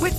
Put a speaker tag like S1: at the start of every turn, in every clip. S1: With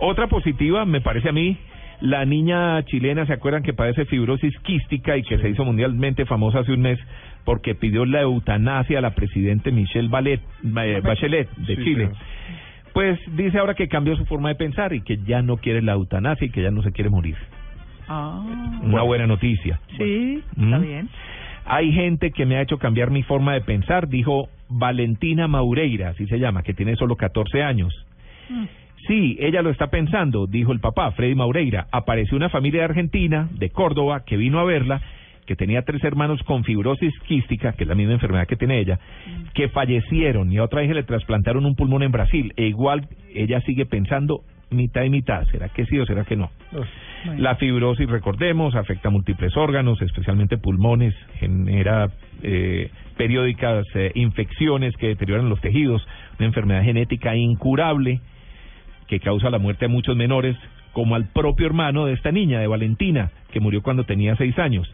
S2: Otra positiva, me parece a mí, la niña chilena, ¿se acuerdan que padece fibrosis quística y que se hizo mundialmente famosa hace un mes porque pidió la eutanasia a la presidente Michelle Balet- Ma- eh, Bachelet de Chile? Pues dice ahora que cambió su forma de pensar y que ya no quiere la eutanasia y que ya no se quiere morir.
S3: Ah,
S2: Una buena noticia.
S3: sí,
S2: Bueno.
S3: está
S2: Mm.
S3: bien.
S2: Hay gente que me ha hecho cambiar mi forma de pensar, dijo Valentina Maureira, así se llama, que tiene solo 14 años. Sí, ella lo está pensando, dijo el papá, Freddy Maureira. Apareció una familia de Argentina, de Córdoba, que vino a verla, que tenía tres hermanos con fibrosis quística, que es la misma enfermedad que tiene ella, que fallecieron y a otra hija le trasplantaron un pulmón en Brasil. E igual ella sigue pensando mitad y mitad, ¿será que sí o será que no?
S3: Bueno.
S2: La fibrosis, recordemos, afecta múltiples órganos, especialmente pulmones, genera eh, periódicas eh, infecciones que deterioran los tejidos, una enfermedad genética incurable que causa la muerte a muchos menores, como al propio hermano de esta niña, de Valentina, que murió cuando tenía seis años.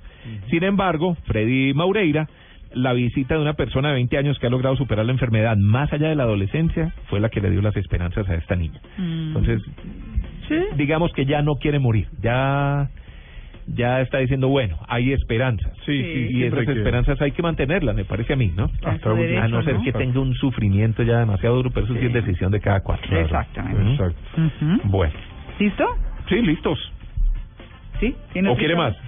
S2: Sin embargo, Freddy Maureira, la visita de una persona de 20 años que ha logrado superar la enfermedad más allá de la adolescencia, fue la que le dio las esperanzas a esta niña. Entonces, digamos que ya no quiere morir, ya ya está diciendo, bueno, hay esperanzas.
S4: Sí,
S3: Sí.
S4: sí,
S2: Y esas esperanzas hay que mantenerlas, me parece a mí, ¿no?
S3: Claro, su derecho,
S2: a no ser
S3: ¿no?
S2: que tenga un sufrimiento ya demasiado duro, pero eso sí,
S3: Sí.
S2: es decisión de cada cuatro.
S3: Exactamente.
S2: Ujú.
S4: Exacto.
S3: Ujú.
S2: Bueno.
S3: ¿Listo?
S2: Sí, listos.
S3: ¿Sí? ¿Tienes
S2: ¿O quiere
S3: lista?
S2: más?